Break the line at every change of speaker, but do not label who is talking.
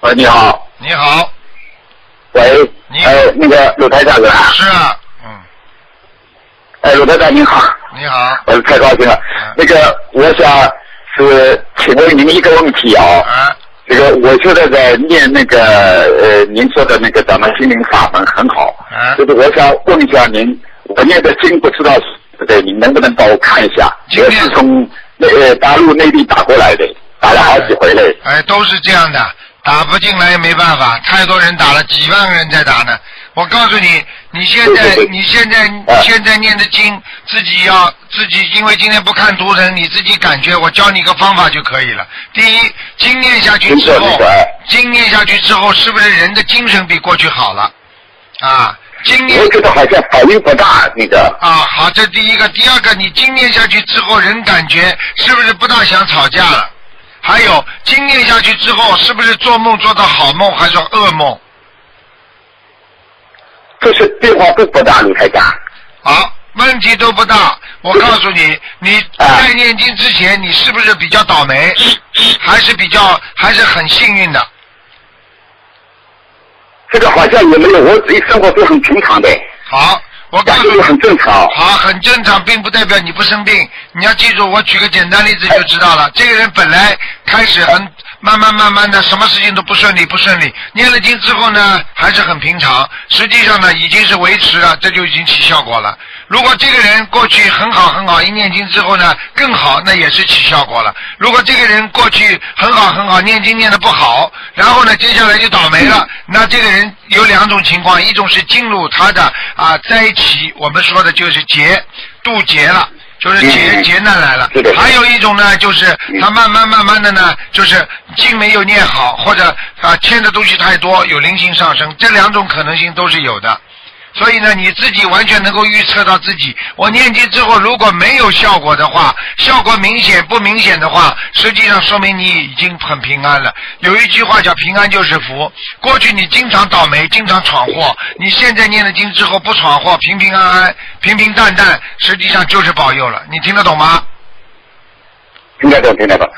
喂，你好。
你好，
喂。
你
哎，那个鲁台长啊。
是啊，嗯，
哎，鲁台长您好，
你好，
我太高兴了。
嗯
那个，我想是请问您一个问题啊、
啊，
这个我现在在念那个呃，您说的那个咱们心灵法门很好，
啊
就是我想问一下您，我念的经不知道是对，您能不能帮我看一下？
经
我
念
是从那个大陆内地打过来的，打了好几回了。
哎，都是这样的，打不进来也没办法，太多人打了，几万个人在打呢。我告诉你，你现在
对对对
你现在
哎
现在念的经，自己要自己，因为今天不看图腾，你自己感觉。我教你一个方法就可以了。第一，经念下去
您
之
说那
后
个，哎
经念下去之后，是不是人的精神比过去好了？啊，经念
我觉得好像反应不大，那个
啊，好，这第一个，第二个，你经念下去之后，人感觉是不是不大想吵架了？还有，经念下去之后，是不是做梦做到好梦还是噩梦？
就是变化都不大，卢台长。
好，问题都不大。我告诉你，你
啊
在念经之前，你是不是比较倒霉，还是比较还是很幸运的？
这个好像也没有，我自己生活都很平常的，
好，我告
感
诉
觉
你
也，很正常。
好，很正常，并不代表你不生病。你要记住，我举个简单例子就知道了。这个人本来开始很慢慢慢慢的，什么事情都不顺利不顺利，念了经之后呢，还是很平常。实际上呢，已经是维持了，这就已经起效果了。如果这个人过去很好很好，一念经之后呢，更好，那也是起效果了。如果这个人过去很好很好，念经念的不好，然后呢，接下来就倒霉了，那这个人有两种情况，一种是进入他的啊灾期，我们说的就是劫渡劫了。就是劫
嗯
劫难来了
是的，
还有一种呢，就是他慢慢慢慢的呢，就是经没有念好，或者啊欠的东西太多，有灵性上升，这两种可能性都是有的。所以呢，你自己完全能够预测到自己。我念经之后，如果没有效果的话，效果明显不明显的话，实际上说明你已经很平安了。有一句话叫“平安就是福”。过去你经常倒霉，经常闯祸，你现在念了经之后不闯祸，平平安安、平平淡淡，实际上就是保佑了。你听得懂吗？
听得懂，听得懂
哎、。